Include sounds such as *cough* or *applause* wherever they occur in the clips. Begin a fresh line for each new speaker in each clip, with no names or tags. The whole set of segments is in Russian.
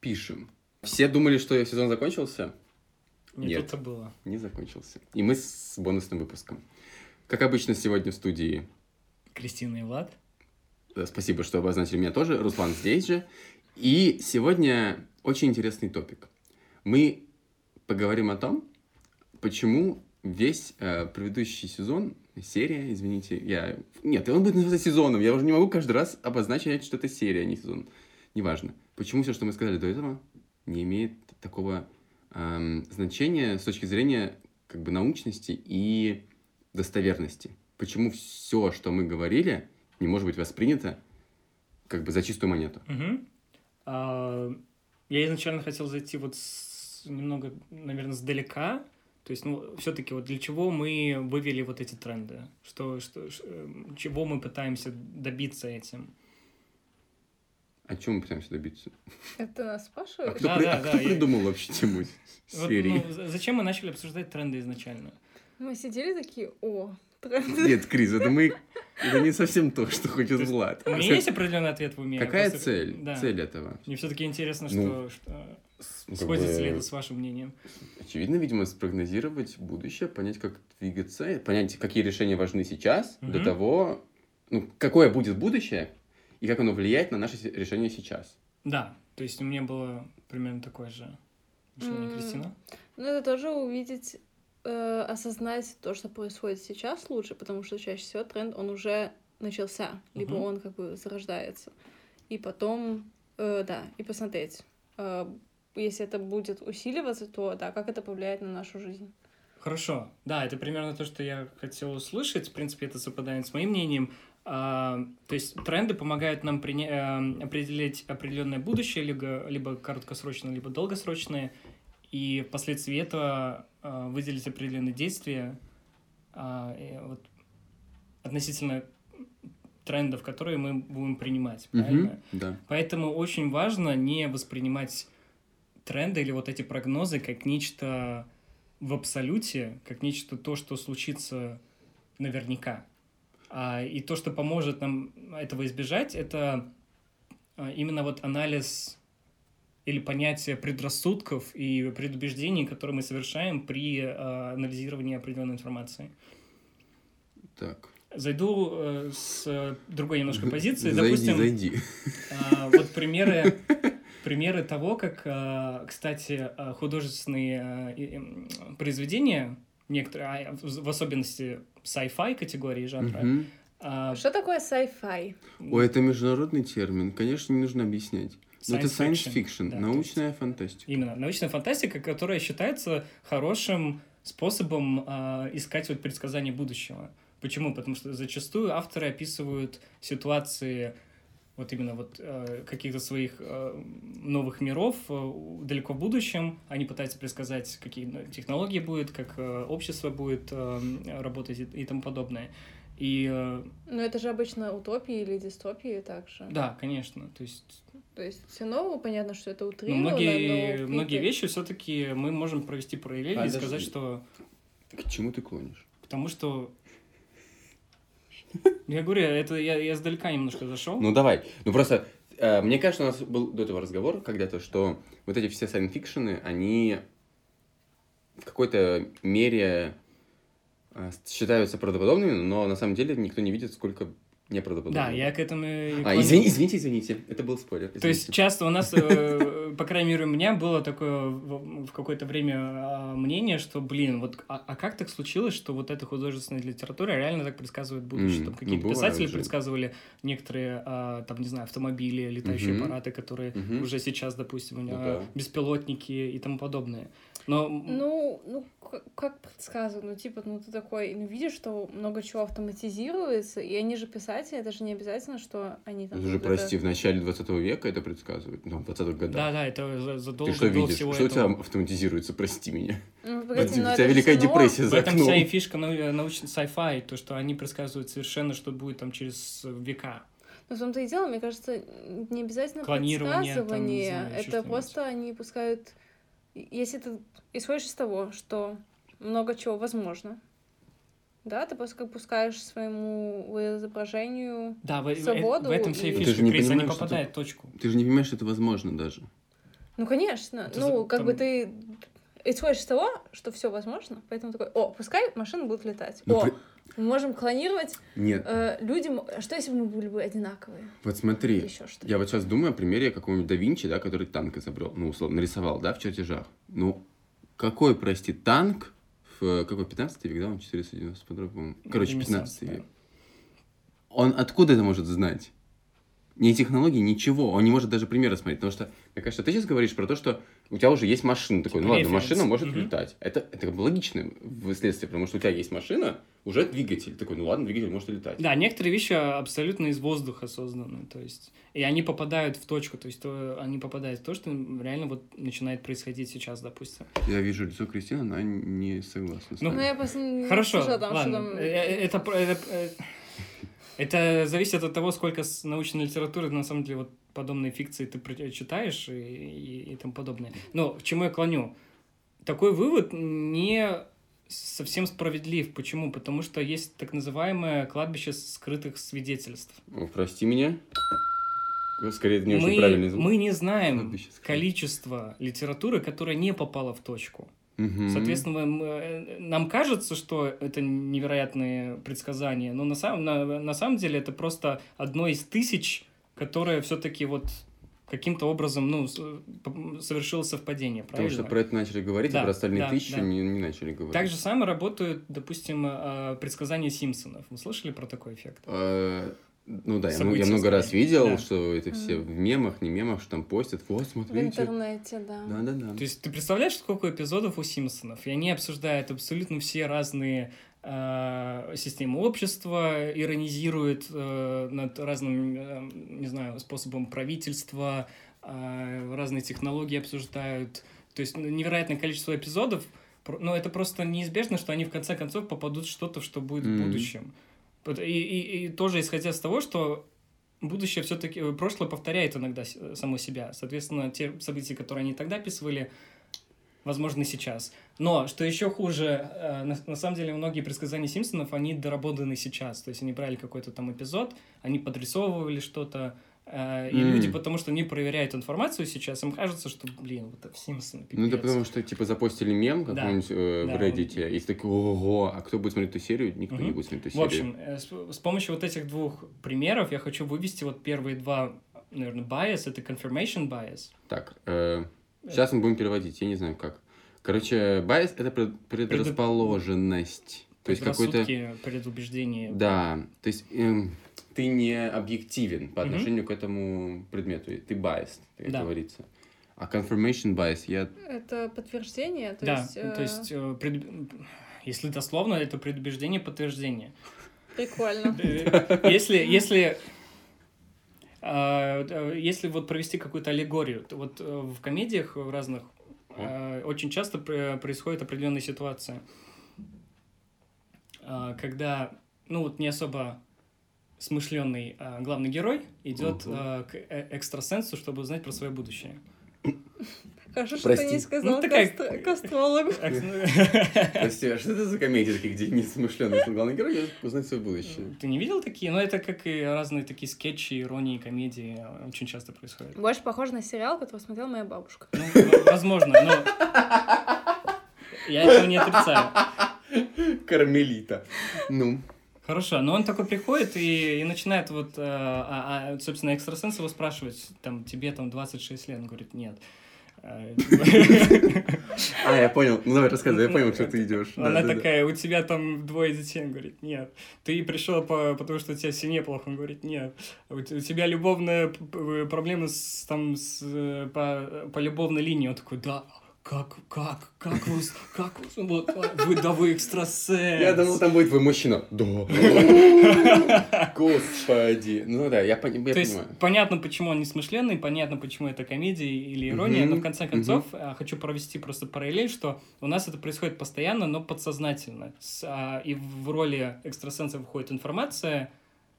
пишем. Все думали, что сезон закончился.
Не
Нет.
тут-то было.
Не закончился. И мы с бонусным выпуском. Как обычно, сегодня в студии.
Кристина и Влад.
э, Спасибо, что обозначили меня тоже. Руслан здесь же. И сегодня очень интересный топик. Мы поговорим о том, почему весь э, предыдущий сезон, серия, извините, я... Нет, он будет называться сезоном. Я уже не могу каждый раз обозначать, что это серия, а не сезон. Неважно. Почему все, что мы сказали до этого, не имеет такого эм, значения с точки зрения как бы научности и достоверности. Почему все, что мы говорили, не может быть воспринято как бы за чистую монету.
Мгм. А, я изначально хотел зайти вот с- немного, наверное, сдалека. То есть, ну, все-таки вот для чего мы вывели вот эти тренды? Что, что, ш- эм, чего мы пытаемся добиться этим?
О чем мы пытаемся добиться?
Это нас
А
спрашивают?
кто,
Да,
при-
да,
а
да,
кто
я-
придумал
*laughs*
вообще тему
Вот, *laughs*
серии?
ну, з- зачем мы начали обсуждать тренды изначально?
Мы сидели такие, о, тренды.
Нет, Крис, это мы... Это не совсем то, что
То
хочет
есть
Влад.
У меня есть определенный ответ в уме. я
А Какая
просто-
цель?
Да.
Цель этого?
Мне все-таки интересно,
Ну,
что, что-
С- ну, как
сходится
бы,
ли это с вашим мнением.
Очевидно, видимо, спрогнозировать будущее, понять, как двигаться, и понять, какие решения важны сейчас для
Мгм.
того, ну, какое будет будущее и как оно влияет на наши се- решения сейчас.
Да, то есть у меня было примерно такое же решение,
М.
Кристина.
Ну, это тоже увидеть, э, осознать то, что происходит сейчас лучше, потому что чаще всего тренд, он уже начался, либо
Мгм.
он как бы зарождается. И потом, э, да, и посмотреть, э, если это будет усиливаться, то, да, как это повлияет на нашу жизнь.
Хорошо. Да, это примерно то, что я хотел услышать. В принципе, это совпадает с моим мнением. А, то есть тренды помогают нам приня- эм, определить определенное будущее, либо, либо короткосрочное, либо долгосрочное, и впоследствии этого а, выделить определенные действия а, и вот относительно трендов, которые мы будем принимать. Правильно?
Мгм, Да.
Поэтому очень важно не воспринимать тренды или вот эти прогнозы как нечто в абсолюте, как нечто то, что случится наверняка. А, и то, что поможет нам этого избежать, это а, именно вот анализ или понятие предрассудков и предубеждений, которые мы совершаем при а, анализировании определенной информации.
Так.
Зайду э, с э, другой немножко позиции.
Зайди,
Допустим, *laughs*
зайди.
а, Вот примеры, примеры того, как, а, кстати, а, художественные а, и, м, произведения, некоторые, а, в в особенности sci-fi категории жанра,
Мгм.
а,
Что такое sci-fi?
Ой, это международный термин, конечно, не нужно объяснять. Но это
science
science fiction,
да, то есть
научная фантастика.
Именно, научная фантастика, которая считается хорошим способом а, искать вот предсказания будущего. Почему? Потому что зачастую авторы описывают ситуации вот именно вот э, каких-то своих э, новых миров э, у- далеко в будущем. Они пытаются предсказать, какие ну, технологии будет, как э, общество будет э, работать и, и тому подобное. И э,
Ну, это же обычно утопии или дистопии также.
да, конечно, то есть
То есть все новое, понятно, что это
ну,
утрировано,
многие,
но
многие
как-
вещи все-таки мы можем провести параллели и
Подожди.
сказать, что
К чему ты клонишь?
Потому что... Я говорю, это я, я сдалека немножко зашел.
Ну давай. Ну просто, э, мне кажется, у нас был до этого разговор когда-то, что вот эти все сайнфикшены, они в какой-то мере э, считаются правдоподобными, но на самом деле никто не видит, сколько неправдоподобных.
да, я к этому... и
А,
клоню.
извини, извините, извините, это был спойлер.
То есть *laughs*
извините.
часто
*laughs*
у нас, э, по крайней мере, у меня было такое в в какое-то время а, мнение, что, блин, вот а, а как так случилось, что вот эта художественная литература реально так предсказывает будущее?
М,
Там
ну,
какие-то
бывает
писатели
же.
предсказывали некоторые, а, там, не знаю, автомобили, летающие
Мгм.
аппараты, которые
Мгм.
уже сейчас, допустим, у
Ну
меня
да.
беспилотники и тому подобное. Но м,
Ну, ну к- как предсказывают, ну типа, ну ты такой, ну видишь, что много чего автоматизируется, и они же писатели, это же не обязательно, что они там...
Это же,
вот это-
прости, в начале 20 века это предсказывают, ну, в 20-х годах.
да, да, это за- задолго
Ты что
до
видишь?
всего
Что у тебя
этого.
автоматизируется, прости меня?
Ну,
У
погоди, ну,
тебя
это же
великая
всё равно-
депрессия
В
за
этом вся и
окном.
фишка нау- э, научной sci-fi, то, что они предсказывают совершенно, что будет там через века.
Но в том-то и дело, мне кажется, не обязательно
Клонирование, там, не
предсказывание,
знаю, ещё
это
что-нибудь.
просто они пускают... Если ты исходишь из того, что много чего возможно, да, ты просто как пускаешь своему изображению
Да, в, в-
Свободу
в этом вся и
и-
Ты
фишка,
же не
Крис, они
понимаешь, что
попадают в точку.
Ты же не понимаешь, что это возможно даже.
Ну, конечно.
Это
ну,
за-
как
там-
бы ты исходишь из того, что все возможно, поэтому такой, о, пускай машины будут летать.
Ну,
о,
при-
мы можем клонировать
Нет,
э, людям. а Что если бы мы были бы одинаковые?
вот смотри,
Еще что?
я вот сейчас думаю о примере какого-нибудь да Винчи, да, который танк изобрел, ну, условно, нарисовал, да, в чертежах. Ну, какой, прости, танк в, э, какой, 15 век, да, он 492, по-моему? Короче,
Ренессанс,
15 век. Он откуда это может знать? Ни технологии, ничего. Он не может даже примеры смотреть. Потому что, мне кажется, ты сейчас говоришь про то, что у тебя уже есть машина. Такой, ну ладно,
Типа референс.
машина может
Мгм.
летать. Это, это как бы логично в следствии, потому что у тебя есть машина, уже двигатель. Такой, ну ладно, двигатель может и летать.
Да, некоторые вещи абсолютно из воздуха созданы, то есть, и они попадают в точку, то есть, то, они попадают в то, что реально вот начинает происходить сейчас, допустим.
Я вижу лицо Кристины, она не согласна. с
Ну,
Ну,
нами.
я просто не
Хорошо,
слышала а там,
ладно.
что там...
Э, э, Это, про- это, э, это зависит от того, сколько с научной литературы, на самом деле, вот подобные фикции ты про- читаешь и, и, и тому подобное. Но к чему я клоню? Такой вывод не совсем справедлив. Почему? Потому что есть так называемое кладбище скрытых свидетельств.
О, Прости меня. Ну, Скорее, это не
мы,
очень правильный звук.
мы не знаем
Кладбище скрытых.
количество литературы, которая не попала в точку.
Мгм.
Соответственно, мы- мы- нам кажется, что это невероятные предсказания, но на самом, на, на самом деле это просто одно из тысяч, которое все-таки вот каким-то образом ну, с- п- совершило совпадение,
Потому
правильно?
что про это начали говорить, а
Да,
про остальные
да,
тысячи
да.
не, не начали говорить.
Так же самое работают, допустим, э, предсказания Симпсонов. Вы слышали про такой эффект?
Э, Ну да, я, ну, я
События
много раз
скорее,
видел,
да.
что это все в мемах, не мемах, что там постят. Вот,
В
смотрите.
интернете, да.
Да-да-да.
То есть ты представляешь, сколько эпизодов у Симпсонов? И они обсуждают абсолютно все разные э, системы общества, иронизируют э, над разным, э, не знаю, способом правительства, э, разные технологии обсуждают. То есть ну, невероятное количество эпизодов, Про- но это просто неизбежно, что они в конце концов попадут в что-то, что будет в
Мгм.
будущем. Вот И, и- и тоже исходя из того, что будущее все-таки, прошлое повторяет иногда с- э, само себя. Соответственно, те события, которые они тогда описывали, возможно, и сейчас. Но, что еще хуже, э, на, на самом деле многие предсказания Симпсонов, они доработаны сейчас. То есть они брали какой-то там эпизод, они подрисовывали что-то, э, и
М.
люди, потому что не проверяют информацию сейчас, им кажется, что, блин, вот это Симпсоны,
Ну, это
пипец.
потому что, типа, запостили мем
Да.
какой-нибудь э, в
Да, он-
Reddit, и ты такой, ого, а кто будет смотреть эту серию? Никто не
Мгм.
будет смотреть эту
В
серию.
общем, э, с, с помощью вот этих двух примеров я хочу вывести вот первые два, наверное, bias. Это confirmation bias.
Так, э,
э,
сейчас мы будем переводить, я не знаю как. Короче, байс — это пред- предрасположенность. То есть какой-то...
Предрассудки, предубеждения.
Да, то есть эм, ты не объективен по
Мгм.
отношению к этому предмету. и Ты biased, как
Да.
говорится. А confirmation bias, я...
Это подтверждение, то
да,
есть... э,
то есть, э, пред- если дословно, это предубеждение, подтверждение. *laughs*
Прикольно.
Э, Если, если, э, э, если вот провести какую-то аллегорию, то вот э, в комедиях в разных э, очень часто пр- происходит определенная ситуация, Э, когда, ну вот не особо смышленный а, главный герой идет
Мгм.
э, к э- экстрасенсу, чтобы узнать про свое будущее.
Хорошо, что ты
Прости.
не сказал
Ну, такая-
кастро- к астрологу.
Прости, а что это за комедии такие, где несмышленный главный герой я узнать свое будущее?
*laughs* Ты не видел такие? Но это как и разные такие скетчи, иронии, комедии э, очень часто происходят.
Больше похоже на сериал, который смотрела моя бабушка.
Ну, в- возможно, но... Я этого не отрицаю.
Кармелита. Ну,
Хорошо, но он такой приходит и, и начинает вот, э, а- а, собственно, экстрасенс его спрашивать, там, тебе там 26 лет, он говорит, нет. Э, *laughs*
а, я понял. Ну, давай, рассказывай, я понял, что ты идешь.
Она такая, у тебя там двое детей, он говорит, нет. Ты пришел, по, потому что у тебя в семье плохо, он говорит, нет. У, т- у тебя любовная п- п- проблема с, там, с, э, по, по любовной линии. Он такой, да, как, как, как вы, с- как вы, с- вот, а, вы, да вы экстрасенс.
Я думал, там будет твой мужчина. Да. Господи. Ну да, я пони- я
То есть
понимаю.
понятно, почему он несмышленный, понятно, почему это комедия или ирония,
Мгм,
но в конце концов а, хочу провести просто параллель, что у нас это происходит постоянно, но подсознательно. С, а, и в роли экстрасенса выходит информация,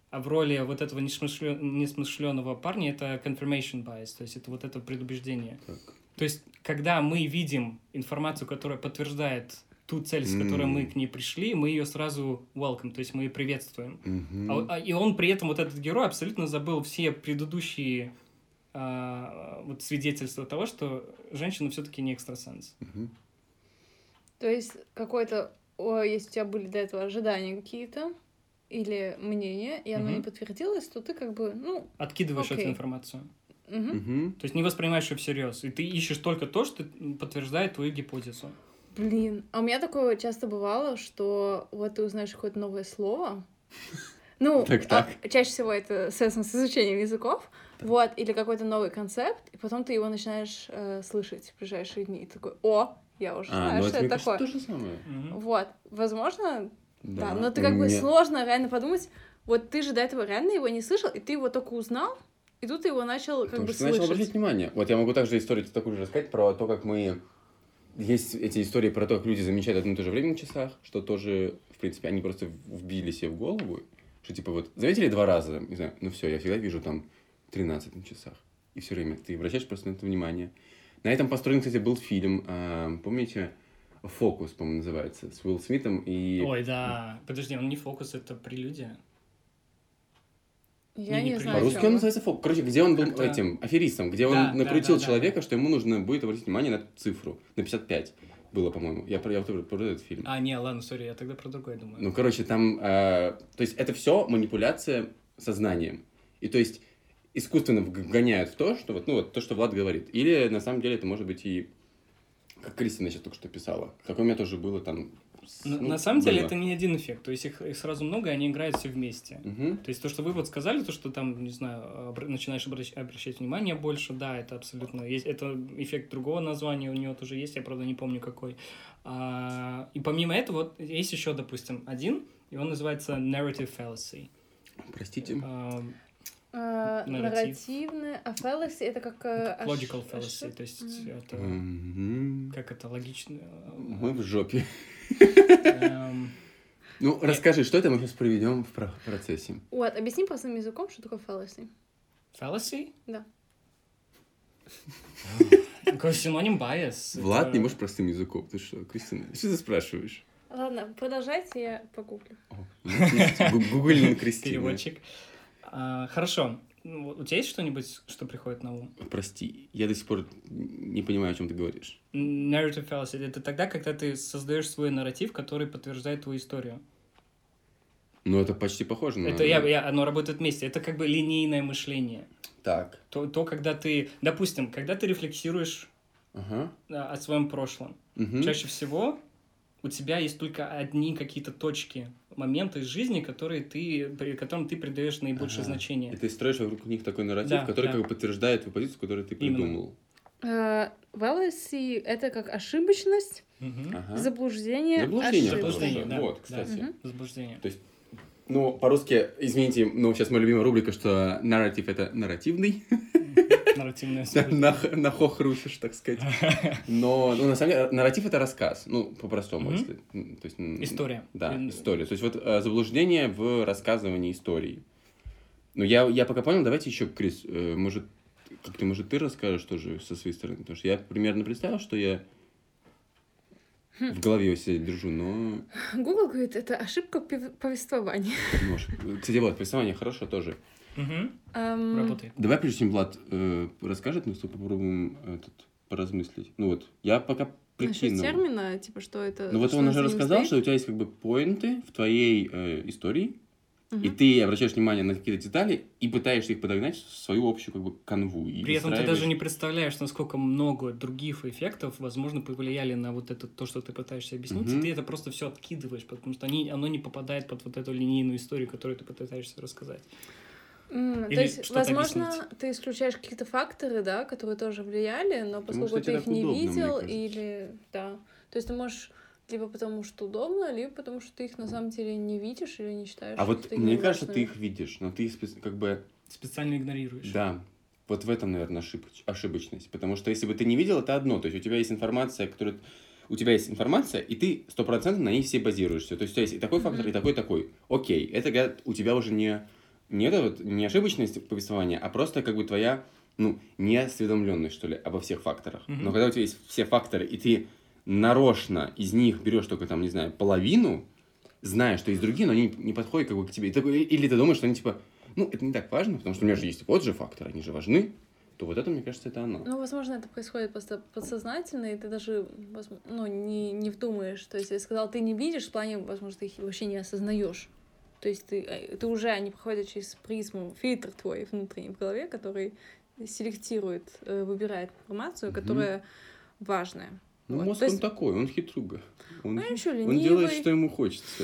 а в роли вот этого несмышлё- несмышленного парня это confirmation bias, то есть это вот это предубеждение.
Так.
То есть когда мы видим информацию, которая подтверждает ту цель, с которой
М.
мы к ней пришли, мы ее сразу welcome, то есть мы ее приветствуем.
Мгм.
А- а- и он при этом, вот этот герой, абсолютно забыл все предыдущие а, а, вот свидетельство того, что женщина все-таки не экстрасенс.
Мгм.
То есть какое-то, о, если у тебя были до этого ожидания какие-то или мнения, и оно не
Мгм.
подтвердилось, то ты как бы, ну,
Откидываешь эту
Окей.
информацию.
мгм.
Мгм.
То есть не воспринимаешь ее всерьез. И ты ищешь только то, что подтверждает твою гипотезу.
Блин, а у меня такое часто бывало, что вот ты узнаешь какое-то
*laughs*
новое слово. Ну,
Так-так.
а, чаще всего это связано с изучением языков, вот, или какой-то новый концепт, и потом ты его начинаешь э, слышать в ближайшие дни, и такой, о, я уже
А,
знаю,
ну
что
это,
это
мне кажется,
такое.
то же самое.
Мгм.
Вот, возможно, да,
ну
но ты как бы
Мне-
сложно реально подумать, вот ты же до этого реально его не слышал, и ты его только узнал, и тут ты его начал как
Потому
бы
что ты начал
слышать.
обращать внимание. Вот я могу также историю такую же рассказать про то, как мы... Есть эти истории про то, как люди замечают одно и то же время на часах, что тоже, в принципе, они просто вбили себе в голову, что типа вот заметили два раза, не знаю, ну все, я всегда вижу там 13 на часах. И все время ты обращаешь просто на это внимание. На этом построен, кстати, был фильм, а, помните, «Фокус», по-моему, называется, с Уилл Смитом и...
Ой, да. Подожди, он не фокус, это прелюдия.
Я
Не, не
не,
при-
знаю.
По-русски
чё
он
оно.
называется «Фокус». Короче, где он был
Как-то-
этим аферистом, где он
Да, да,
накрутил
да, да,
человека, что ему нужно будет обратить внимание на цифру, на 55 было, по-моему. Я про, я про- про этот фильм.
А, не, ладно, сори, я тогда про другое думаю.
Ну, короче, там... э, то есть это все манипуляция сознанием. И то есть искусственно вгоняют в то, что вот, ну, вот то, что Влад говорит. Или на самом деле это может быть и... Как Кристина сейчас только что писала. Такое у меня тоже было там... с-
На-
ну,
на самом деле
было.
это не один эффект. То есть их, их сразу много, и они играют все вместе.
Мгм.
То есть то, что вы вот сказали, то, что там, не знаю, обра- начинаешь обращ- обращать внимание больше, да, это абсолютно есть. Это эффект другого названия у него тоже есть, я, правда, не помню какой. А, и помимо этого, вот есть еще, допустим, один, и он называется narrative fallacy.
Простите.
А,
А,
Нарратив.
Нарративное. А fallacy это как... э, аш-
logical fallacy,
аш-
то есть
Мгм.
это...
Мгм.
Как это логично?
Мы в жопе.
Эм,
Ну, расскажи, что это мы сейчас проведем в про- процессе.
Вот, объясни простым языком, что такое fallacy.
Fallacy?
Да.
Какой синоним bias.
Влад,
Это-
не можешь простым языком. Ты что, Кристина? Что ты спрашиваешь?
Ладно, продолжайте, я погуглю.
О, у нас есть гу-
*laughs*
Гуглин Кристина.
Переводчик. А, хорошо. Ну, вот У тебя есть что-нибудь, что приходит на ум?
Прости, я до сих пор не понимаю, о чем ты говоришь.
Н- Narrative fallacy — это тогда, когда ты создаешь свой нарратив, который подтверждает твою историю.
Ну, это почти похоже на...
Это я, я- оно работает вместе. Это как бы линейное мышление.
Так.
То, то, когда ты, допустим, когда ты рефлексируешь
Ага.
а, о своем прошлом,
Мгм.
чаще всего у тебя есть только одни какие-то точки, моменты из жизни, которые ты, при которым ты придаешь наибольшее
Ага.
значение.
И ты строишь вокруг них такой нарратив,
Да,
который
да.
как бы подтверждает твою позицию, которую ты
Именно.
придумал.
Э, Fallacy это как ошибочность,
Мгм.
Ага.
заблуждение,
А? Заблуждение.
ошибка.
просто.
Заблуждение, да.
Вот,
Да.
кстати.
Мгм.
*laughs*
Возбуждение.
Ну, по-русски, извините, но сейчас моя любимая рубрика, что нарратив — это нарративный.
Нарративное событие.
Нахохрушишь, так
*laughs*
сказать. Но, ну, на самом деле, нарратив это рассказ. Ну, по-простому,
Мгм.
если. м, То есть, м,
История.
Да,
Ин-
история. То есть, вот э, заблуждение в рассказывании истории. Ну, я, я пока понял, давайте еще, Крис, э, может, как-то, может, ты расскажешь тоже со своей стороны, потому что я примерно представил, что я
Хм.
в голове его себе держу, но...
Google говорит, это ошибка пов- повествования.
Может. Кстати, вот, повествование хорошо тоже.
Мгм.
Эм,
Работает.
Давай, прежде чем Влад э, расскажет, мы с тобой попробуем этот, поразмыслить. Ну вот, я пока
Ну,
Насчет
прикинул.
термина, типа, что это...
Ну вот
что
он
он за
уже
ним
рассказал,
стоит.
что у тебя есть как бы поинты в твоей э, истории, и
Мгм.
ты обращаешь внимание на какие-то детали и пытаешься их подогнать в свою общую как бы канву. И
При этом ты
выстраиваешь-
даже не представляешь, насколько много других эффектов, возможно, повлияли на вот это то, что ты пытаешься объяснить,
Мгм.
и ты это просто все откидываешь, потому что они, оно не попадает под вот эту линейную историю, которую ты пытаешься рассказать.
М,
Или
то есть,
что-то
возможно,
объяснить.
ты исключаешь какие-то факторы, да, которые тоже влияли, но поскольку
что
ты
тебе
их
так
не
удобно, мне
видел,
кажется.
или да. То есть ты можешь либо потому, что удобно, либо потому, что ты их на самом деле не видишь или не считаешь.
А
что
вот
ты
мне
не
кажется, ты
важный.
их видишь, но ты их спец- как бы...
Специально игнорируешь.
Да. Вот в этом, наверное, ошибочность. Потому что если бы ты не видел, это одно. То есть у тебя есть информация, которая... У тебя есть информация, и ты стопроцентно на ней все базируешься. То есть у тебя есть и такой фактор,
Мгм.
и такой, и такой. Окей, это когда у тебя уже не, не, это вот, не ошибочность повествования, а просто как бы твоя, ну, неосведомленность, что ли, обо всех факторах.
Мгм.
Но когда у тебя есть все факторы, и ты нарочно из них берешь только, там, не знаю, половину, зная, что есть другие, но они не подходят как бы к тебе. И такой- или ты думаешь, что они типа, ну, это не так важно, потому что у меня же есть вот же факторы, они же важны. то вот это, мне кажется, это оно.
Ну, возможно, это происходит просто подсознательно, и ты даже возм- ну, не, не вдумаешь. То есть, я сказал, ты не видишь, в плане, возможно, ты их вообще не осознаешь. То есть ты, э, ты уже они проходят через призму, фильтр твой внутренний в голове, который селектирует, э, выбирает информацию,
Мгм.
которая важная.
Ну,
Вот,
мозг,
то есть-
он такой, он хитруга. Он,
Ну, а еще
он
ленивый.
делает, что ему хочется.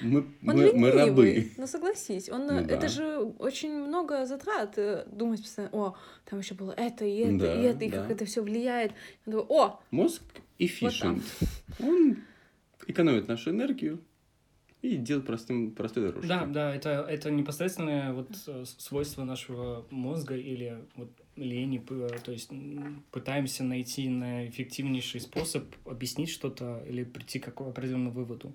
Мы,
*laughs* Он
мы, мы рабы.
ленивый, ну согласись, он
Ну да.
это же очень много затрат э, думать постоянно, о, там еще было это и это
Да,
и это и
да.
как это все влияет. Я думаю, о,
Мозг
там.
efficient. Он экономит нашу энергию и делает простым, простой дорожкой.
Да, да, это, это непосредственное вот э, с- свойство нашего мозга или вот лени, п- э, то есть м, пытаемся найти наэффективнейший способ объяснить что-то или прийти к какому- определенному выводу,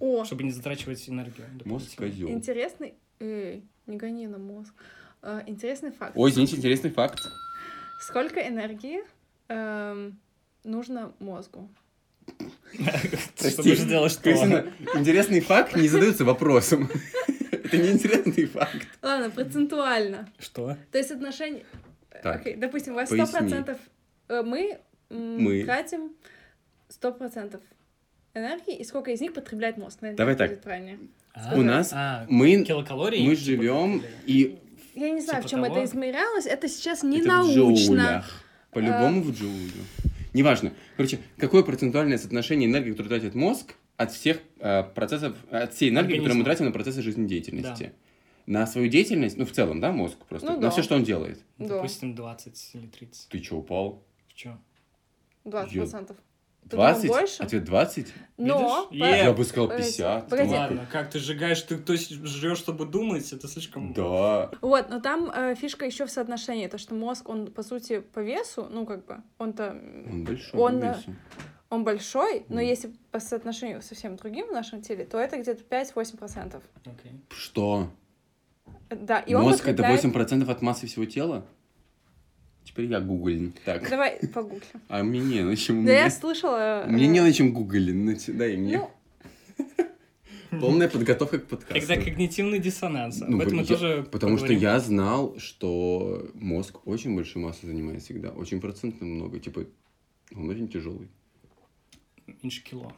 о,
чтобы не затрачивать энергию.
Мозг
дополнительно. *laughs*
козел.
интересный, эй, не гони на мозг. Э, интересный факт.
Ой, извините, интересный
*laughs*
факт.
Сколько энергии эм, нужно мозгу?
Прости.
Чтобы сделать что?
Кристина, *laughs* интересный факт не задается вопросом. *laughs* Это не интересный факт.
Ладно, процентуально.
Что?
То есть отношение...
Так,
Окей, допустим, у вас
поясни.
100% э, мы, м,
Мы.
тратим 100% энергии, и сколько из них потребляет мозг? Наверное,
Давай
это
так.
будет правильнее.
У нас
а,
Мы,
килокалорий.
мы
типа,
живем
или-
и
Я не знаю,
Типа
в чем это
того.
измерялось, это сейчас не
это в
научно. Э.
джоулях. По-любому в джоулю. Неважно. Короче, какое процентуальное соотношение энергии, которую тратит мозг, от всех э, процессов, от всей энергии, которую мы
Организма.
тратим на процессы жизнедеятельности. На свою деятельность, ну, в целом, да, мозг просто,
Ну
на
да.
все, что он делает.
Да.
Допустим, 20 или 30.
Ты что, упал?
Че?
20%. Ты думал,
20?
больше?
Ответ 20?
Но...
Видишь?
по-
Э,
А Я бы сказал
погоди,
50.
погоди.
Ладно.
Ладно, как ты сжигаешь, ты то есть жрешь, чтобы думать, это слишком...
Да.
Вот, но там э, фишка еще в соотношении, то что мозг, он по сути по весу, ну как бы, он-то м,
Он большой.
Он, э,
по весу.
он большой, но
Мгм.
если по соотношению со всем другим в нашем теле, то это где-то 5-8%.
Окей.
Что?
Э, Да, и он
Мозг это
потребляет-
8% от массы всего тела? Теперь я гуглин. Так.
*laughs* Давай погуглим.
А мне не на чем.
Да я
Мне-
слышала... э,
Мне не на чем гуглить. Дай мне.
Ну,
Полная подготовка к
Тогда
подкасту.
когнитивный диссонанс.
Ну,
Об этом мы
я-
тоже
Потому что
поговорим.
я знал, что мозг очень большую массу занимает всегда. Очень процентно много. Типа, он очень тяжелый.
Меньше кило.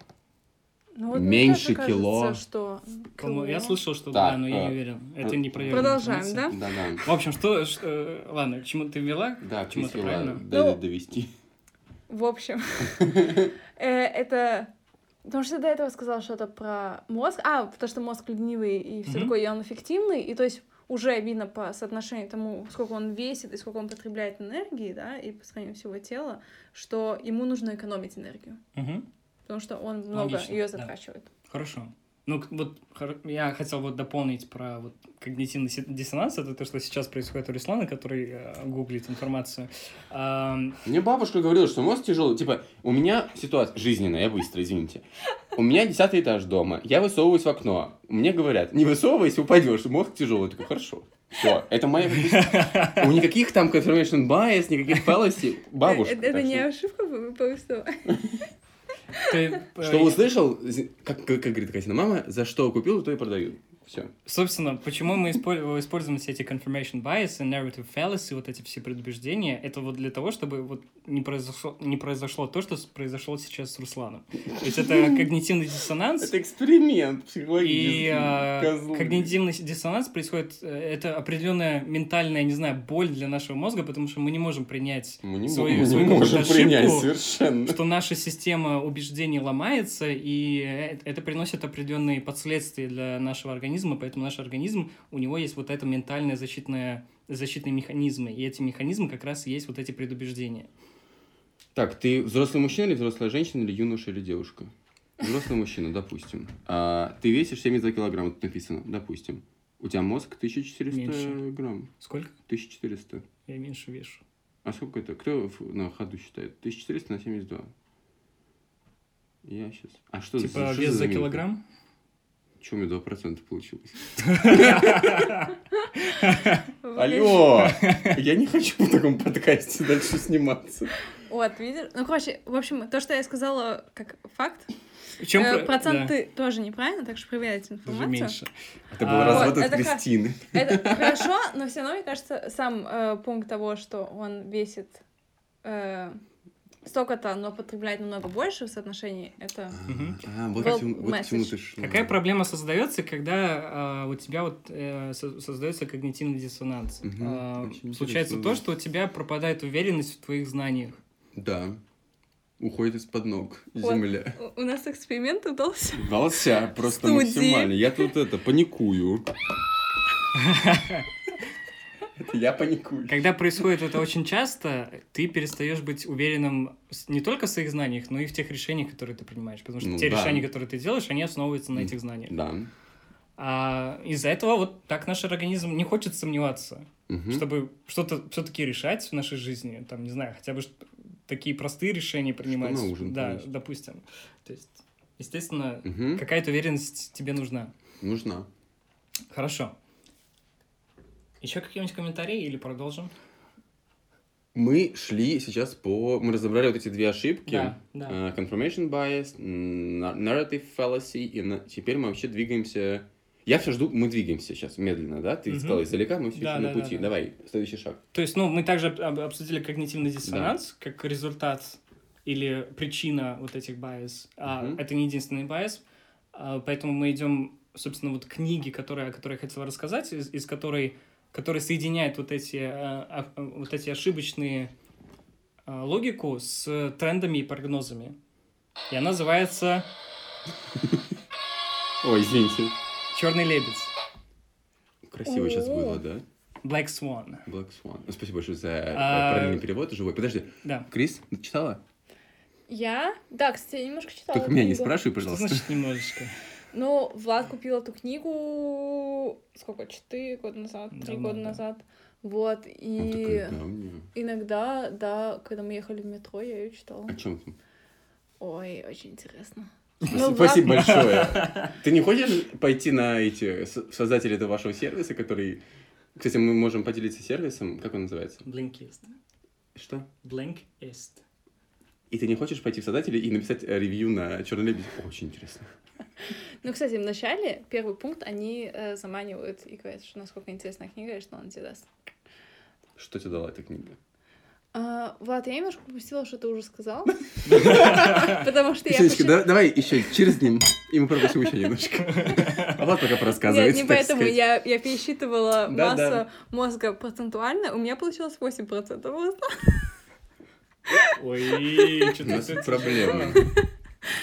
ну вот мне
Меньше
тоже кажется,
кило.
что...
По-моему, Я
кило.
слышал, что
Так,
да, но я
а,
не уверен.
вот
Это не проверенная
Продолжаем,
информация.
да?
Да-да.
В общем, что... ш- э, Ладно, к чему ты вела?
Да,
Почему
Крис
это
Хилла,
правильно?
дай
Ну,
довести.
В
*laughs*
общем, э, это... Потому что ты до этого сказал что-то про мозг. А, то, что мозг ленивый и все
Мгм.
такое, и он эффективный. И то есть уже видно по соотношению тому, сколько он весит и сколько он потребляет энергии, да, и по сравнению всего тела, что ему нужно экономить энергию.
Мгм.
Потому что он много
Логично,
ее
да.
затрачивает. Э,
Хорошо. Ну, к- вот хор- я хотел вот дополнить про вот когнитивный си- диссонанс. Это то, что сейчас происходит у Руслана, который э, гуглит информацию. Ам,
Мне бабушка говорила, что мозг тяжелый. Типа, у меня ситуация жизненная, я быстро, извините. У меня десятый этаж дома, я высовываюсь в окно. Мне говорят, не высовывайся, упадешь, мозг тяжелый. Я такой, хорошо. Все, это моя... У никаких там confirmation bias, никаких fallacy. Бабушка.
Э, Это,
так
не
что-
ошибка по- по усту.
ты, э,
*laughs* Что услышал, зи- как, как как говорит Катина мама, за что купил, то и продаю. Все.
Собственно, почему мы исполь- используем все эти confirmation bias и narrative fallacy, вот эти все предубеждения, это вот для того, чтобы вот не произошло, не произошло то, что с- произошло сейчас с Русланом. То есть это когнитивный диссонанс,
эксперимент
и э, когнитивный диссонанс происходит, э, это определенная ментальная, не знаю, боль для нашего мозга, потому что мы не можем принять,
Мы не, мо-
свою-
мы не
свою
можем
какую-то
принять
ошибку,
совершенно.
что наша система убеждений ломается, и э, это приносит определенные последствия для нашего организма, поэтому наш организм, у него есть вот это ментальное защитное защитные механизмы, и эти механизмы как раз и есть вот эти предубеждения.
Так, ты взрослый мужчина или взрослая женщина, или юноша, или девушка? Взрослый мужчина, допустим. А, ты весишь 72 килограмма, тут написано, допустим. У тебя мозг 1400
Меньше.
грамм.
Сколько?
1400.
Я меньше вешу.
А сколько это? Кто ф- на ходу считает? 1400 на 72. Я сейчас... А что
типа вес за килограмм?
Чем у меня 2%
*laughs*
получилось?
Выглядит-
Алло! Я не хочу в таком подкасте дальше сниматься.
Вот, видишь? Ну, короче, в общем, то, что я сказала как факт,
В чем
э,
про- да,
проценты тоже неправильно, так что проверяйте
даже
информацию.
меньше.
Это был
А,
развод
вот,
от
это как-
Кристины. *laughs*
Это хорошо, но все равно, мне кажется, сам э, пункт того, что он весит э, столько-то, но потребляет намного больше в соотношении, это...
Мгм.
А, вот
Был
к чему вот к чему
месседж.
ты шла.
Какая проблема создается, когда а, у тебя вот э, со- создается когнитивный диссонанс?
Мгм.
А,
Очень
случается
интересно,
то,
да.
что у тебя пропадает уверенность в твоих знаниях.
Да. Уходит из-под ног
Вот.
земля.
У- У нас эксперимент удался.
Волся просто
студии.
максимально. Я тут это, паникую. Это я паникую.
Когда происходит это очень часто, ты перестаешь быть уверенным с- не только в своих знаниях, но и в тех решениях, которые ты принимаешь. Потому что
Ну
те
да.
решения, которые ты делаешь, они основываются на
Мгм.
этих знаниях.
Да.
А из-за этого вот так наш организм не хочет сомневаться,
Мгм.
чтобы что-то все-таки решать в нашей жизни. Там, не знаю, хотя бы ш- такие простые решения принимать.
на ужин
да,
поесть?
допустим. То есть, естественно,
Мгм.
какая-то уверенность тебе нужна.
Нужна.
Хорошо. Еще какие-нибудь комментарии или продолжим?
Мы шли сейчас по... Мы разобрали вот эти две ошибки.
Да, да.
Э, Confirmation bias, н- narrative fallacy, и на- теперь мы вообще двигаемся... Я все жду, мы двигаемся сейчас медленно, да? Ты
Мгм.
сказал издалека, мы все
Да,
еще
да,
на
да,
пути.
да.
Давай, следующий шаг.
То есть, ну, мы также об- обсудили когнитивный диссонанс как результат или причина вот этих bias. А
Мгм.
это не единственный bias. А, поэтому мы идем, собственно, вот к книге, которая, о которой я хотел рассказать, из, из которой, которая соединяет вот эти, э, а- а, вот эти ошибочные а, логику с трендами и прогнозами. И она называется
Ой, извините.
«Черный лебедь»
Красиво сейчас
О.
было, да?
Black Swan.
Black Swan. Ну, Спасибо большое за э,
А.
правильный перевод, живой. Подожди,
Да.
Крис, ты читала?
Я? Да, кстати, я немножко читала.
Только меня не
книгу.
спрашивай,
Что
пожалуйста.
значит немножечко?
Ну, Влад купил эту книгу сколько, четыре года назад, три
Давно,
года
да.
назад. Вот,
Он
и
такой, да, у меня.
иногда, да, когда мы ехали в метро, я ее читала.
О чем ты?
Ой, очень интересно.
Спасибо,
Ну,
спасибо
ладно. *laughs*
большое. Ты не хочешь пойти на эти с- создатели этого вашего сервиса, который... Кстати, мы можем поделиться сервисом. Как он называется?
Blinkist.
Что?
Blinkist.
И ты не хочешь пойти в создатели и написать э, ревью на черный лебедь? Очень интересно.
Ну, кстати, в начале первый пункт они э, заманивают и говорят, что насколько интересная книга и что она тебе даст.
Что тебе дала эта книга?
А, Влад, я немножко пропустила, что ты
*laughs*
уже сказал. Потому что я...
Кисенечка,
почи-
да- давай еще через ним, и мы пропустим еще
*laughs*
немножко. А вот пока порассказывает.
Нет, не
так
поэтому.
сказать.
Я, я пересчитывала
Да, да.
массу мозга процентуально. У меня получилось 8% мозга.
Ой, что
У нас проблемы.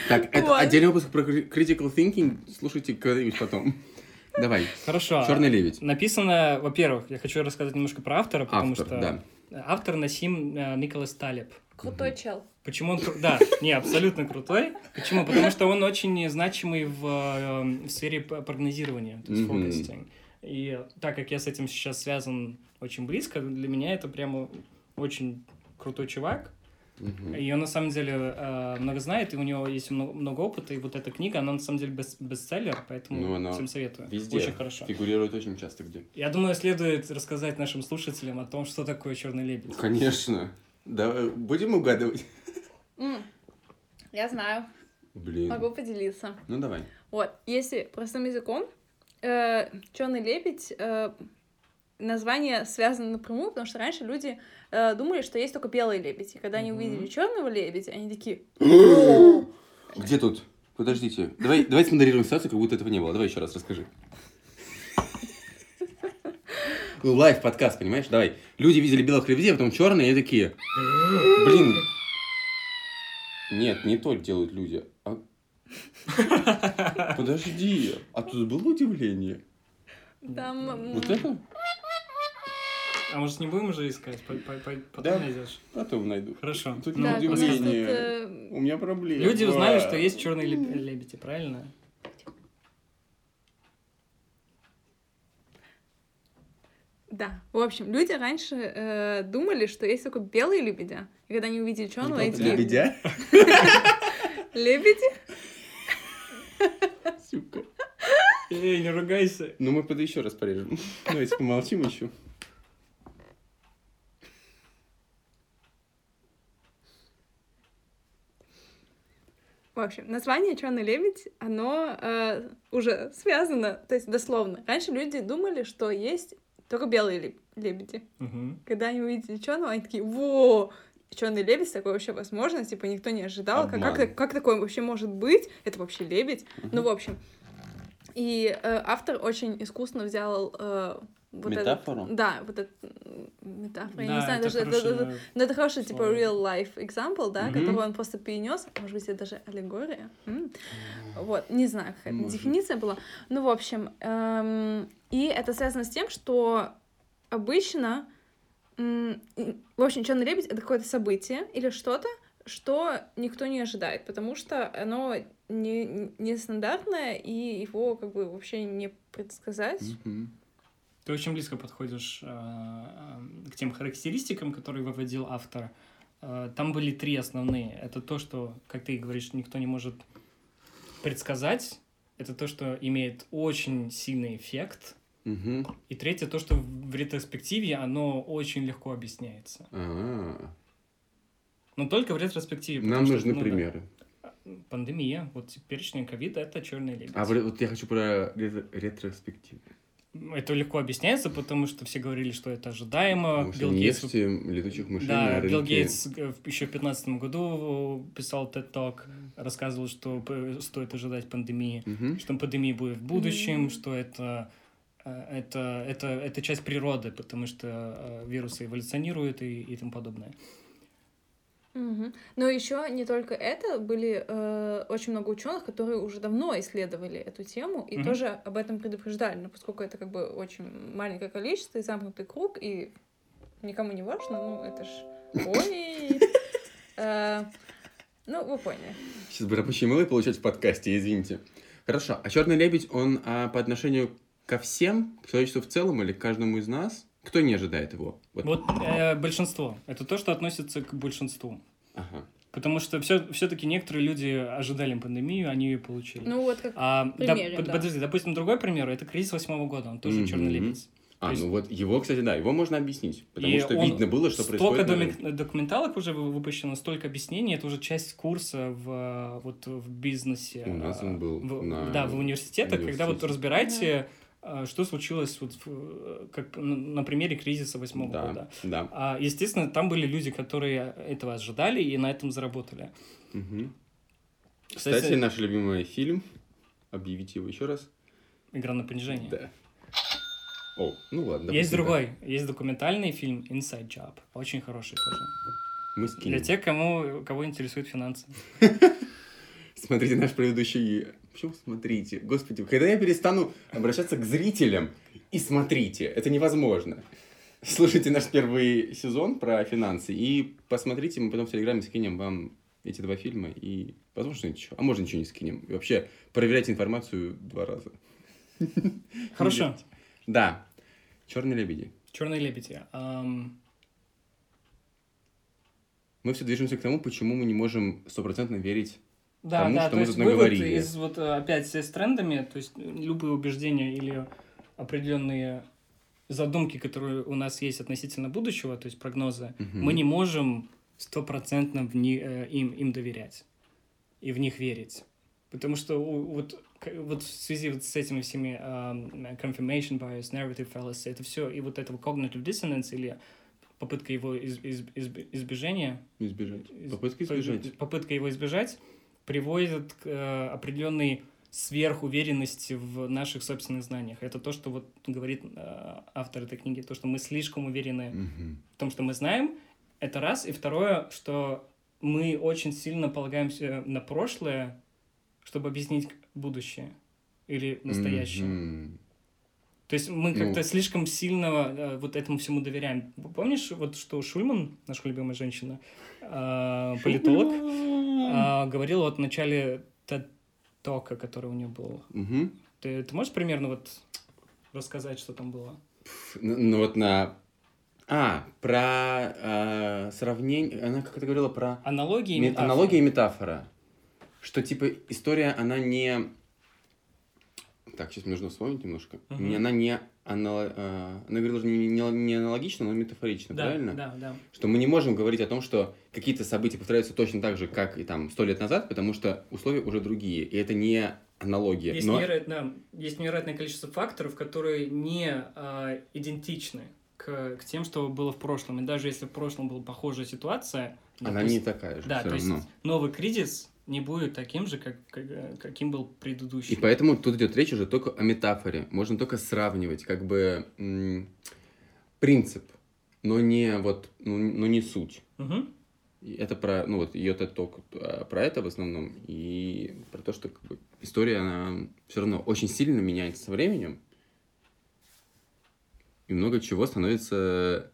Так, это
Вот.
отдельный выпуск про кри- critical thinking. Слушайте когда-нибудь потом. *laughs* Давай.
Хорошо.
Черный лебедь.
Написано, во-первых, я хочу рассказать немножко про автора, потому
Автор,
что
да.
автор Насим э, Николас Талеб.
Крутой чел.
Почему он... кру- Да, не, абсолютно крутой. Почему? Потому что он очень значимый в, э, в сфере п- прогнозирования, то есть
Мгм.
forecasting. И так как я с этим сейчас связан очень близко, для меня это прямо очень крутой чувак.
Мгм.
И он на самом деле э, много знает, и у него есть мно- много, опыта, и вот эта книга, она на самом деле бес- бестселлер, поэтому
Ну, она
всем советую.
Везде.
Очень хорошо.
Фигурирует очень часто где.
Я думаю, следует рассказать нашим слушателям о том, что такое черный лебедь.
Конечно. Да, будем угадывать.
М, Я знаю.
Блин.
Могу поделиться.
Ну давай.
Вот, если простым языком, э, черный лебедь, э, название связано напрямую, потому что раньше люди э, думали, что есть только белые лебеди. И Когда они
Мгм.
увидели черного лебедя, они такие, «О,
Где тут? Подождите. Давай, давай смодерируем ситуацию, как будто этого не было. Давай еще раз расскажи. Лайв подкаст, понимаешь? Давай. Люди видели белых лебедей, а потом черные, и такие. Блин. Нет, не то делают люди.
*laughs*
а- Подожди, а тут было удивление?
там... м,
Ну, Вот это?
А может, не будем уже искать? По- по- по- Потом
Да.
найдешь.
Потом а найду.
Хорошо.
Тут
Ну,
не
Да,
рассказывай.
просто тут,
удивление.
э,
У меня проблема.
Люди узнали, что есть черные леб- лебеди, правильно?
Да, в общем, люди раньше э, думали, что есть только белые лебедя. И когда они увидели черного, эти...
Лебедя?
*laughs*
Лебеди?
Сука.
Эй, не ругайся.
Ну, мы под еще раз порежем. Давайте помолчим еще.
В общем, название «Черный лебедь», оно э, уже связано, то есть дословно. Раньше люди думали, что есть только белые леб- лебеди.
Мгм.
Когда они увидели черного, они такие, во, черный лебедь, такое вообще возможно, типа никто не ожидал, как,
Обман.
как, как такое вообще может быть, это вообще лебедь, ну в общем. И э, автор очень искусно взял э, вот этот-
Метафору?
да, вот этот м, метафора, я
Да,
не знаю,
это
даже это-
хорошее-
это- это- но это хороший, типа,
слово.
real life example, да,
Мгм.
который он просто перенес. Может быть, это даже аллегория. М. Вот, не знаю, какая это
Может.
дефиниция была. Ну, в общем, эм, и это связано с тем, что обычно, м, и- в общем, черный лебедь — это какое-то событие или что-то, что никто не ожидает, потому что оно не- нестандартное, и его как бы вообще не предсказать.
Мгм.
Ты очень близко подходишь э, э, к тем характеристикам, которые выводил автор. Э, Там были три основные. Это то, что, как ты и говоришь, никто не может предсказать. Это то, что имеет очень сильный эффект.
Мгм.
И третье, то, что в в ретроспективе оно очень легко объясняется.
А,
Но только в ретроспективе.
Нам
потому что,
нужны
ну да,
примеры.
пандемия, вот перечень ковида, это черный лебедь.
А вот вот я хочу про ретро- ретроспективу.
Это легко объясняется, потому что все говорили, что это ожидаемо.
Потому что
А, Билл Гейтс
нефти, летучих мышей
Да,
на
Билл
рынке.
Гейтс еще в пятнадцатом году э, писал TED Talk, рассказывал, что п- стоит ожидать пандемии,
Мгм.
что пандемия будет в будущем,
Мгм.
что это э, это, это, это часть природы, потому что э, вирусы эволюционируют и, и тому подобное.
Мгм. Но еще не только это, были э, очень много ученых, которые уже давно исследовали эту тему и
Мгм.
тоже об этом предупреждали. Но поскольку это как бы очень маленькое количество и замкнутый круг, и никому не важно, ну
*laughs*
это ж... Ой! Э, Ну, вы поняли.
Сейчас бы рабочие мылы получать в подкасте, извините. Хорошо, а черный лебедь, он а, по отношению ко всем, к человечеству в целом или к каждому из нас? Кто не ожидает его? Вот.
Вот э, большинство. Это то, что относится к большинству.
Ага.
Потому что все, все-таки некоторые люди ожидали пандемию, они ее получили.
Ну вот как...
а, доп-
примере,
под-
да.
Подожди, допустим, другой пример, это кризис восьмого года, он тоже
Мгм.
черный лебедь.
А,
То есть-
ну вот его, кстати, да, его можно объяснить, потому
И
что
он-
видно было, что
столько
происходит. на
доми-
рынке.
документалок уже вы- выпущено, столько объяснений, это уже часть курса в э, вот в бизнесе.
У нас
э,
он был
в-
на
Да, в университетах, когда вот
университете.
разбираете, э, что случилось вот в, э, как на на примере кризиса восьмого
Да,
года.
да.
А, естественно, там были люди, которые этого ожидали и на этом заработали.
Мгм.
Кстати,
Кстати, наш любимый фильм. Объявите его еще раз.
игра на понижение.
Да. О, ну ладно.
есть
допустим,
другой, есть документальный фильм Inside Job, очень хороший тоже.
так. Мы
Для
скинем.
тех, кому кого интересуют финансы.
Смотрите наш предыдущий... Почему смотрите? Господи, когда я перестану обращаться к зрителям и смотрите, это невозможно. Слушайте наш первый сезон про финансы и посмотрите, мы потом в Телеграме скинем вам эти два фильма и, возможно, ничего. А можно ничего не скинем. И вообще, проверять информацию два раза.
Хорошо.
Да. Черные лебеди.
Черные лебеди. Ам,
Мы все движемся к тому, почему мы не можем стопроцентно верить.
да,
Потому
да,
что
то
мы
есть
тут
вывод
наговорили.
из вот э, опять с трендами, то есть э, любые убеждения или определенные задумки, которые у нас есть относительно будущего, то есть прогнозы,
Мгм.
мы не можем стопроцентно в ни- э, им, им доверять и в них верить. Потому что у- вот, к- вот в связи вот с этими всеми ам, confirmation bias, narrative fallacy, это все, и вот этого cognitive dissonance или попытка его из- из- из- избежения,
избежать.
Из-
Попытка
по-
избежать.
Попытка его избежать приводит к э, определенной сверхуверенности в наших собственных знаниях. Это то, что вот говорит э, автор этой книги, то, что мы слишком уверены
Мгм.
в том, что мы знаем, это раз. И второе, что мы очень сильно полагаемся на прошлое, чтобы объяснить будущее или настоящее.
Мгм.
То есть мы
Ну.
как-то слишком сильно э, вот этому всему доверяем. Помнишь, вот что Шульман, наша любимая женщина, э, политолог, а, говорила вот в начале TED Talk, который у нее был.
Мгм.
Ты, ты можешь примерно вот рассказать, что там было?
Ну, ну вот на... А, про э, сравнение... Она как-то говорила про
Аналогии и
ме-
метафоры.
аналогия и метафора. Что, типа, история, она не... Так, сейчас мне нужно вспомнить немножко.
Мгм.
Не, Она не анал- э, она говорила же не, не- не аналогично, но метафорично,
Да,
правильно?
да, да.
Что мы не можем говорить о том, что какие-то события повторяются точно так же, как и там сто лет назад, потому что условия уже другие, и это не аналогия.
Есть,
но...
невероятно- есть невероятное количество факторов, которые не а, идентичны к, к тем, что было в прошлом. И даже если в прошлом была похожая ситуация,
Она
допустим,
не такая же
да,
все
то
равно.
есть новый кризис не будет таким же, как, как, э, каким был
И
предыдущий.
поэтому тут идет речь уже только о метафоре. Можно только сравнивать, как бы м, принцип, но не вот, ну, но не суть.
Мгм.
И это про, ну вот ее TED Talk э, про это в основном и про то, что как бы, история она все равно очень сильно меняется со временем и много чего становится,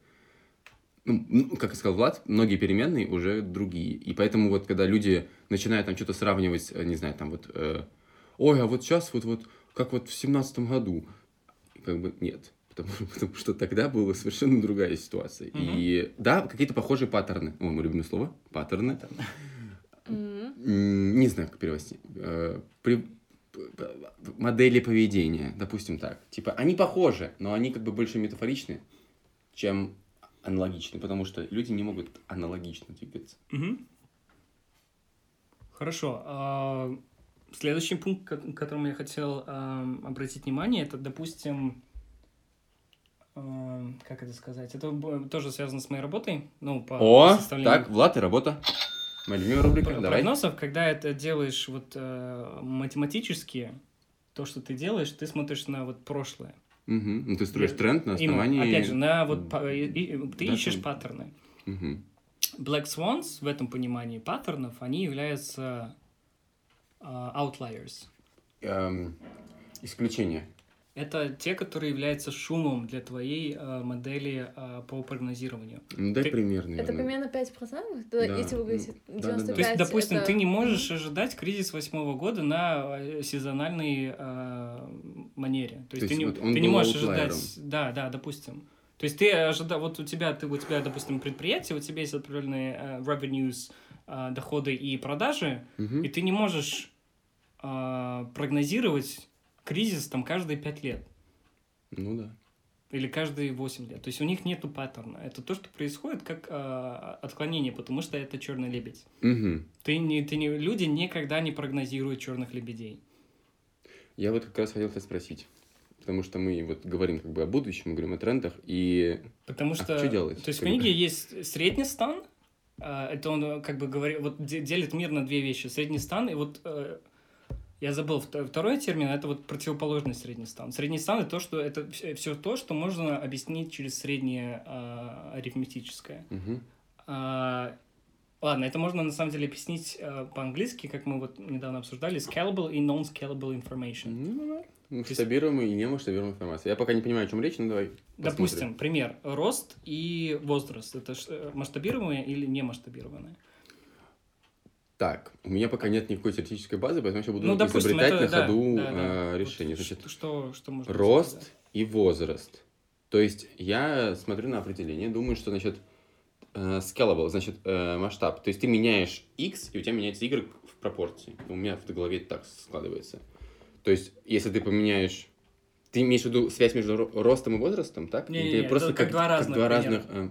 ну, ну, как и сказал Влад, многие переменные уже другие и поэтому вот когда люди начинают там что-то сравнивать, э, не знаю, там вот, э, ой, а вот сейчас вот вот как вот в семнадцатом году, как бы нет. *laughs* Потому, потому что тогда была совершенно другая ситуация. И да, какие-то похожие паттерны. Ой, мы любим слово. Паттерны.
А,
Мгм.
М, Не знаю, как перевести. Э, при- п- п- Модели поведения, допустим так. Типа, они похожи, но они как бы больше метафоричны, чем аналогичны, потому что люди не могут аналогично двигаться.
Мгм. Хорошо. А, Следующий пункт, ко- к которому я хотел ам, обратить внимание, это, допустим, ам, как это сказать? Это б- тоже связано с моей работой. Ну, по
О,
составлению
так, Влад и работа. Моя любимая рубрика,
пр-
давай.
прогнозов, когда это делаешь вот э, математически, то, что ты делаешь, ты смотришь на вот прошлое.
Мгм. Ну, ты строишь
Я-
тренд на
Именно,
основании...
Э, опять же, на вот па- и- и- ты
Да,
ищешь
там-
паттерны.
Мгм.
Black Swans в этом понимании паттернов, они являются а, outliers.
Эм, Исключение.
Это те, которые являются шумом для твоей а, модели а, по прогнозированию.
Ну, дай
Ты-
пример,
Это
наверное.
примерно 5%? Да,
Да. ну,
Если вы говорите
Да, да, да.
То есть,
95,
допустим,
это-
ты не можешь ожидать кризис восьмого года на э, сезональной а, манере.
То
То есть, ты
есть
не,
вот он
ты не
был
можешь
аутлайером.
ожидать. Да, да, допустим. То есть ты ожида, вот у тебя, ты у тебя, допустим, предприятие, у тебя есть определенные э, revenues, а, доходы и продажи,
Мгм.
И ты не можешь а, прогнозировать кризис там каждые пять лет
Ну да.
или каждые 8 лет. То есть у них нету паттерна. Это то, что происходит как а, отклонение, потому что это черный лебедь.
Мгм.
Ты не, ты не, люди никогда не прогнозируют черных лебедей.
Я вот как раз хотел тебя спросить. Потому что мы вот говорим как бы о будущем, мы говорим о трендах, и
Потому
А
что...
чё делать?
То есть в
Как бы-
книге есть средний стан, а, это он э, как бы говорит, вот де- делит мир на две вещи. Средний стан и вот... э, Я забыл вто- второй термин, это вот противоположный средний стан. Средний стан это то, что это все то, что можно объяснить через среднее а, арифметическое.
Мгм.
А, Ладно, это можно на самом деле объяснить э, по-английски, как мы вот недавно обсуждали, scalable и non-scalable information.
Ну, давай. Ну,
То есть-
Масштабируемая и не масштабируемая информация. Я пока не понимаю, о чем речь, но давай.
Допустим, пример. Рост и возраст. Это ш- э, масштабируемое или не масштабируемое?
Так, у меня пока нет никакой теоретической базы, поэтому я сейчас буду
Ну, допустим,
изобретать
это-
на
да,
ходу
да, да.
э,
Вот
решение.
ш-
Значит,
что, Ну, что можно
рост
сказать?
и возраст. То есть я смотрю на определение, думаю, что значит э, scalable, значит э, масштаб. То есть ты меняешь x, и у тебя меняется y в пропорции. У меня в голове это так складывается. То есть если ты поменяешь... Ты имеешь в виду связь между ро- ростом и возрастом, так?
Не-не-не,
Или
это как два разных
два
примера.
разных, э,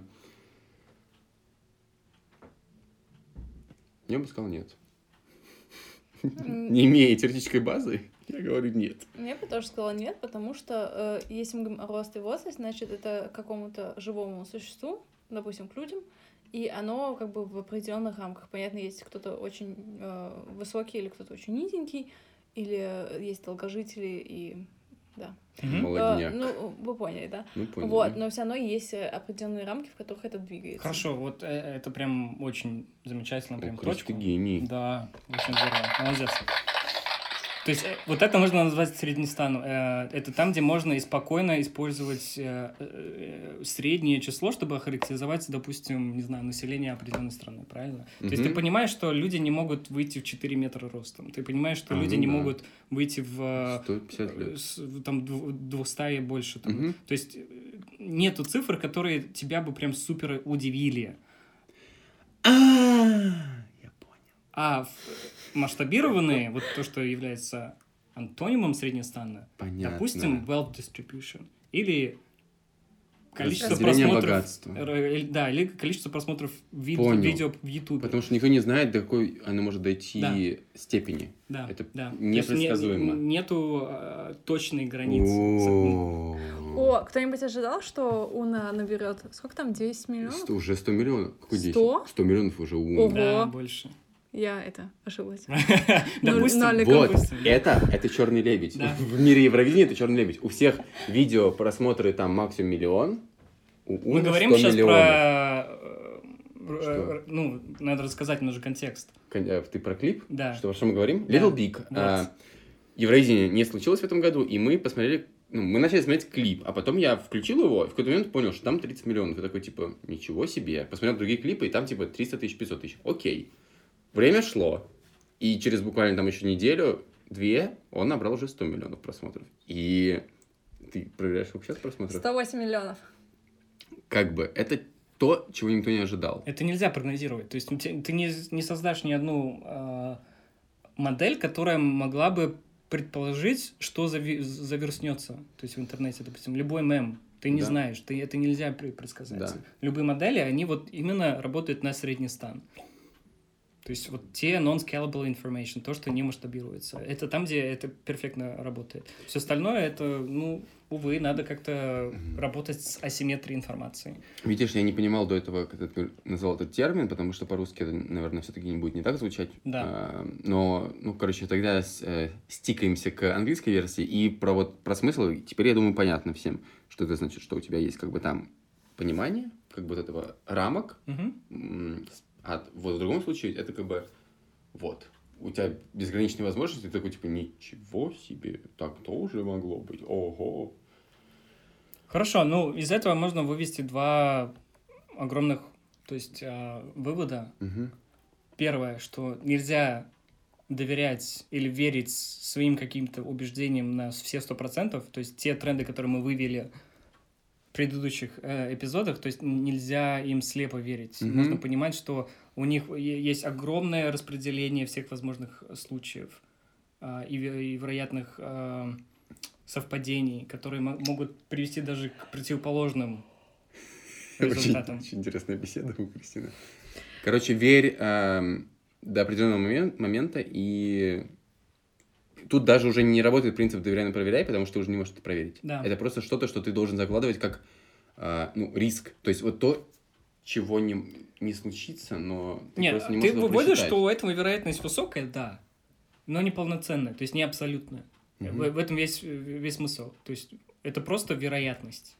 Я бы сказал нет.
М,
Не имея теоретической базы, я говорю нет.
Я бы тоже сказала нет, потому что э, если мы говорим о росте и возраст, значит, это к какому-то живому существу, допустим, к людям, и оно как бы в определенных рамках. Понятно, есть кто-то очень э, высокий или кто-то очень низенький, или есть долгожители и...
Мгм.
Э,
Молодняк.
ну, вы поняли, да?
Ну, понял.
Вот,
да?
но все равно есть э, определенные рамки, в которых это двигается.
Хорошо, вот э, это прям очень замечательно, прям
О, Крис, Ну, ты
точку.
гений.
Да, очень здорово. Молодец. То есть э, вот это можно назвать среднестаном. Э, Это там, где можно и спокойно использовать э, э, среднее число, чтобы охарактеризовать, допустим, не знаю, население определенной страны, правильно? То есть ты
Мгм.
понимаешь, что люди не могут выйти в 4 метра ростом. Ты понимаешь, что
А,
люди
ну
не
да.
могут выйти в
150
э,
лет.
с- в, там дву- 200 и больше. там.
Мгм.
То есть э, нету цифр, которые тебя бы прям супер удивили.
Я понял. *laughs*
А в- масштабированные, вот то, что является антонимом среднестана,
Понятно.
допустим, wealth distribution, или количество
Распределение
просмотров...
богатства.
Р- или- Да, или количество просмотров ви-
Понял.
видео в Ютубе.
Потому что никто не знает, до какой она может дойти степени.
Да,
это
да. То есть не-
непредсказуемо.
нету э, точной границы.
О.
О, кто-нибудь ожидал, что Уна наберет? Сколько там? 10 миллионов?
Сто- уже 100 миллионов. Какой 10?
ну. Сто?
100 миллионов уже у.
Ого.
Да, больше. *laughs*
Я это ошиблась.
Допустим,
нолик.
Вот, Э,
допустим, да.
это, это черный лебедь.
Да.
В мире Евровидения это черный лебедь. У всех видео просмотры там максимум миллион. У
Мы
Уны
говорим
100
сейчас
миллионов.
про... э, р-
Что?
р- Ну, надо рассказать немножко контекст.
Кон- э, Ты про клип?
Да.
Что, про что мы говорим?
Да.
Little Big. А, Евровидение не случилось в этом году, и мы посмотрели, ну, мы начали смотреть клип, а потом я включил его, и в какой-то момент понял, что там 30 миллионов. Я такой, типа, ничего себе. Посмотрел другие клипы, и там, типа, 300 тысяч, 500 тысяч. Окей. Время шло, и через буквально там еще неделю, две, он набрал уже 100 миллионов просмотров. И ты проверяешь сколько сейчас просмотров?
108 миллионов.
Как бы, это то, чего никто не ожидал.
Это нельзя прогнозировать. То есть ну, те- ты не, не создашь ни одну э, модель, которая могла бы предположить, что зави- заверснется. То есть в интернете, допустим, любой мем. Ты не
Да.
знаешь, ты, это нельзя пре- предсказать.
Да.
Любые модели, они вот именно работают на средний стан. То есть вот те non-scalable information, то, что не масштабируется. Это там, где это перфектно работает. Все остальное, это, ну, увы, надо как-то работать с асимметрией информации.
Видишь, я не понимал до этого, когда ты назвал этот термин, потому что по-русски это, наверное, все-таки не будет не так звучать.
Да.
А, но, ну, короче, тогда с- э, стикаемся к английской версии и про вот про смысл. Теперь, я думаю, понятно всем, что это значит, что у тебя есть как бы там понимание, как бы вот этого рамок,
Мгм.
м, а вот в другом случае это как бы вот. У тебя безграничные возможности, ты такой типа ничего себе, так тоже могло быть, ого.
Хорошо, ну из этого можно вывести два огромных, то есть а, вывода.
Мгм.
Первое, что нельзя доверять или верить своим каким-то убеждениям на все сто процентов, то есть те тренды, которые мы вывели в предыдущих э, эпизодах, то есть н- нельзя им слепо верить.
Мгм.
Нужно понимать, что у них е- есть огромное распределение всех возможных случаев а, и, ве- и вероятных а, совпадений, которые мо- могут привести даже к противоположным
Очень,
результатам.
очень интересная беседа у Кристины. Короче, верь эм, до определенного момен- момента, и тут даже уже не работает принцип «доверяй, но проверяй», потому что ты уже не можешь это проверить.
Да.
Это просто что-то, что ты должен закладывать как э, ну, риск. То есть вот то, чего не, не случится, но ты
Нет,
просто не
ты,
можешь этого
выводишь,
просчитать.
что у этого вероятность высокая, да, но не полноценная, то есть не абсолютная.
Мгм.
В, в этом весь, весь смысл. То есть это просто вероятность.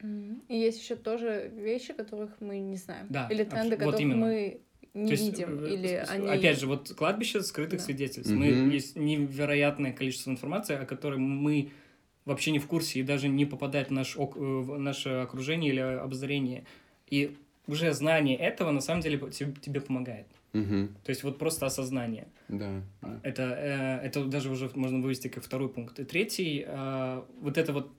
Мгм. И есть еще тоже вещи, которых мы не знаем.
Да,
Или
абс-
тренды,
вот
которых
именно.
мы не
то есть,
видим.
э,
Или
с- с-
они...
Опять же, вот кладбище скрытых
Да.
свидетельств.
Мгм.
Мы, есть невероятное количество информации, о которой мы вообще не в курсе и даже не попадает в, наш ок- э, в наше окружение или обозрение. И уже знание этого на самом деле те- тебе помогает.
Мгм.
То есть вот просто осознание.
Да. да.
Это, э, это даже уже можно вывести как второй пункт. И третий, э, вот это вот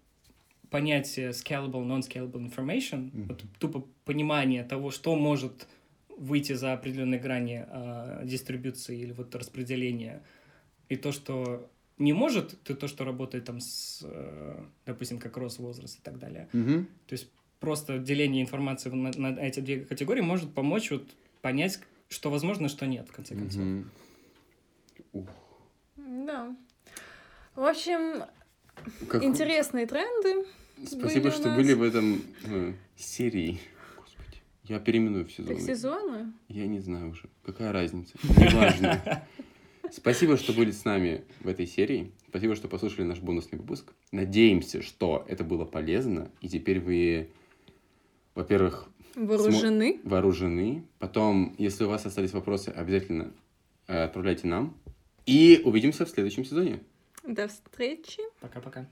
понятие scalable, non-scalable information,
Мгм.
вот тупо понимание того, что может выйти за определенные грани э, дистрибуции или вот распределения, и то, что не может, то то, что работает там с, э, допустим, как рост, возраст и так далее.
Мгм.
Просто деление информации на, на эти две категории может помочь вот понять, что возможно, что нет, в конце концов.
Мгм. Ух.
Да. В общем,
Как-
интересные тренды.
Спасибо,
были у
что
нас.
были в этом э, серии. Господи, я переименую в сезон.
Так, сезоны.
Я не знаю уже. Какая разница? Неважно. Спасибо, что были с нами в этой серии. Спасибо, что послушали наш бонусный выпуск. Надеемся, что это было полезно. И теперь вы, во-первых,
Вооружены.
вооружены. Потом, если у вас остались вопросы, обязательно э, отправляйте нам. И увидимся в следующем сезоне.
До встречи.
Пока-пока.